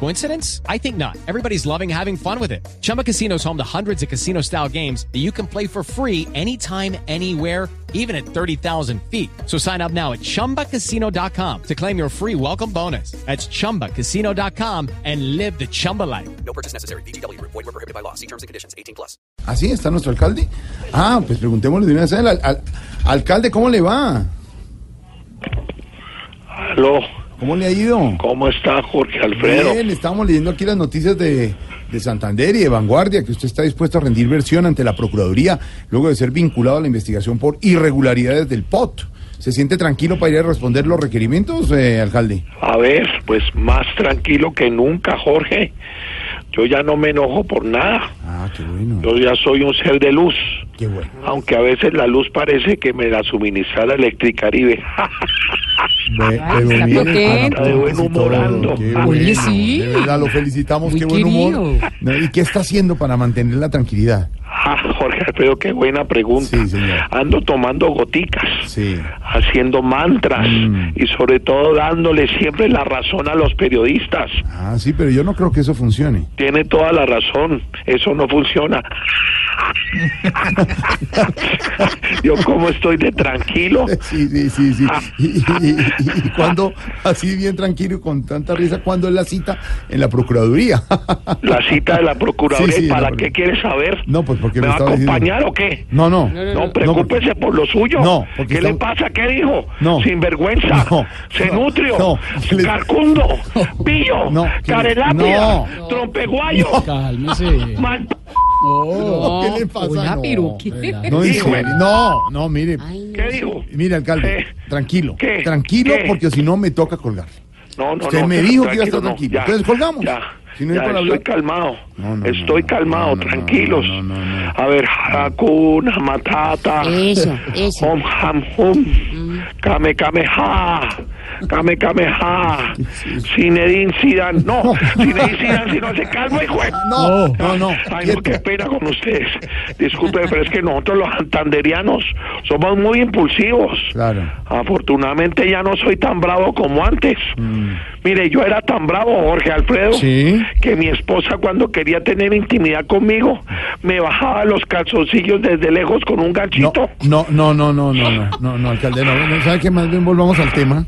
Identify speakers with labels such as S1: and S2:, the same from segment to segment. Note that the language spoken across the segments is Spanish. S1: Coincidence? I think not. Everybody's loving having fun with it. Chumba Casino is home to hundreds of casino style games that you can play for free anytime, anywhere even at 30,000 feet. So sign up now at ChumbaCasino.com to claim your free welcome bonus. That's ChumbaCasino.com and live the Chumba life.
S2: No purchase necessary. BGW. Void were prohibited by law. See terms and conditions. 18 plus.
S3: Así está nuestro alcalde. Ah, pues preguntémosle de una vez al, al- alcalde cómo le va,
S4: Aló,
S3: cómo le ha ido.
S4: ¿cómo está Jorge Alfredo?
S3: Bien, estamos leyendo aquí las noticias de, de Santander y de Vanguardia que usted está dispuesto a rendir versión ante la Procuraduría luego de ser vinculado a la investigación por irregularidades del POT. ¿Se siente tranquilo para ir a responder los requerimientos, eh, alcalde?
S4: A ver, pues más tranquilo que nunca, Jorge. Yo ya no me enojo por nada.
S3: Ah, qué bueno.
S4: Yo ya soy un ser de luz.
S3: Qué bueno.
S4: Aunque a veces la luz parece que me la suministra la Electricaribe.
S3: Ve- pero
S5: está
S3: mire,
S5: contento.
S3: ah, no,
S4: De buen humor ando.
S3: qué
S4: Oye,
S3: bueno,
S5: sí.
S3: de verdad, lo felicitamos,
S5: Muy
S3: qué buen humor.
S5: querido.
S3: No, ¿Y qué está haciendo para mantener la tranquilidad?
S4: Ah, Jorge Alfredo, qué buena pregunta.
S3: Sí, señor.
S4: Ando tomando goticas,
S3: Sí.
S4: haciendo mantras
S3: Mm.
S4: y sobre todo dándole siempre la razón a los periodistas.
S3: Ah, sí, pero yo no creo que eso funcione.
S4: Tiene toda la razón, eso no funciona. Yo como estoy de tranquilo,
S3: Sí, sí, sí, sí. Y, y- y- y- y cuando, así bien tranquilo y con tanta risa, ¿cuándo es la cita en la Procuraduría?
S4: la cita de la Procuraduría,
S3: Sí, sí,
S4: ¿y ¿para
S3: no,
S4: qué
S3: pero-
S4: quiere saber?
S3: No, pues porque
S4: ¿Me
S3: me
S4: va a
S3: estaba diciendo-
S4: acompañar o qué?
S3: No, no.
S4: No, preocúpese por lo suyo.
S3: No, porque
S4: ¿Qué le
S3: estamos-
S4: pasa? ¿Qué dijo?
S3: No.
S4: Sinvergüenza.
S3: No.
S4: Cenutrio.
S3: No. ¿Qué le-
S4: Carcundo. Pillo.
S3: No. ¿Qué le-
S4: Carelápida.
S3: No.
S4: Trompeguayo.
S6: Cálmese.
S4: mal-
S6: Oh,
S3: ¿Qué le pasa?
S5: Una
S3: No,
S5: piruquita.
S3: No, en
S4: Hijo.
S3: serio. no, no, mire.
S4: ¿Qué dijo?
S3: Mire, alcalde,
S4: ¿Qué?
S3: tranquilo.
S4: Eh, ¿Qué?
S3: Tranquilo,
S4: ¿Qué?
S3: porque si no me toca colgar.
S4: No, no,
S3: Usted
S4: no,
S3: me
S4: pero
S3: dijo que iba a estar
S4: no,
S3: tranquilo. Entonces, colgamos.
S4: Ya,
S3: Si no hay
S4: ya,
S3: para
S4: estoy
S3: hablar.
S4: calmado.
S3: No, no,
S4: estoy
S3: no, no, no,
S4: calmado,
S3: no,
S4: tranquilos.
S3: no, no, no, no.
S4: A ver, Hakuna Matata.
S5: Eso, eso.
S4: Hom Ham Hum. Kame Kame Ha. Kame Kame Ha. Zinedine Zidane. No, Zinedine Zidane, si no se calma, hijo. de-
S3: No, no, no.
S4: Ay, no,
S3: quieto.
S4: qué pena con ustedes. Disculpen, pero es que nosotros los santanderianos somos muy impulsivos.
S3: Claro.
S4: Afortunadamente ya no soy tan bravo como antes. Mire, yo era tan bravo, Jorge Alfredo,
S3: Mm. Sí.
S4: que mi esposa cuando quería tener intimidad conmigo, me bajaba los calzoncillos desde lejos con un
S3: No,
S4: ganchito.
S3: no, no, no, no, no, no, no, no, alcalde, no, no, ¿sabe qué? Más bien volvamos al tema.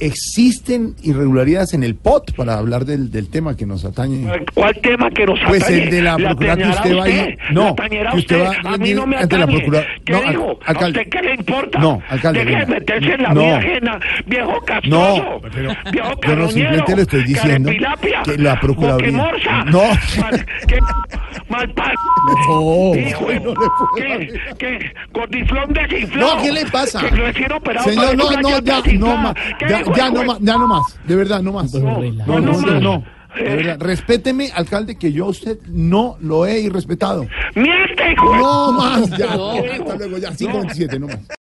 S3: Eh, existen irregularidades en el POT para hablar del, del tema que nos atañe.
S4: ¿Cuál tema que nos
S3: Pues
S4: atañe?
S3: el de la procura que
S4: atañará
S3: usted va a ir- no,
S4: ¿La atañará
S3: que usted
S4: usted?
S3: va a
S4: a mí no me
S3: ante la
S4: atañe.
S3: procura-
S4: ¿Qué
S3: no, al-
S4: dijo?
S3: alcalde.
S4: ¿A usted qué le importa?
S3: No, alcalde,
S4: Deje de
S3: venga.
S4: meterse en la
S3: No.
S4: vida ajena, viejo castroso.
S3: No, pero
S4: viejo
S3: yo no, simplemente le estoy diciendo
S4: carepilapia,
S3: que la procuraduría-
S4: boquemorza,
S3: No.
S4: mal- que- mal pa-
S3: No,
S4: Hijo,
S3: no le puedo
S4: ¿Qué? ¿Qué? Gordiflón desinflado.
S3: No, ¿qué le pasa?
S4: Que recién operado
S3: Señor,
S4: parece
S3: no,
S4: una
S3: no,
S4: llanta
S3: ya, no
S4: desinflada.
S3: más,
S4: ¿Qué
S3: ya,
S4: dijo,
S3: ya
S4: hijo
S3: no
S4: de-
S3: más, ya no más, de verdad, no más.
S6: No,
S3: no, no,
S4: no Eh,
S3: no,
S4: más.
S3: no, de verdad, respéteme, alcalde, que yo a usted no lo he irrespetado.
S4: Miente, hijo de-
S3: No más, ya,
S4: No.
S3: hasta luego, ya, 527, no más.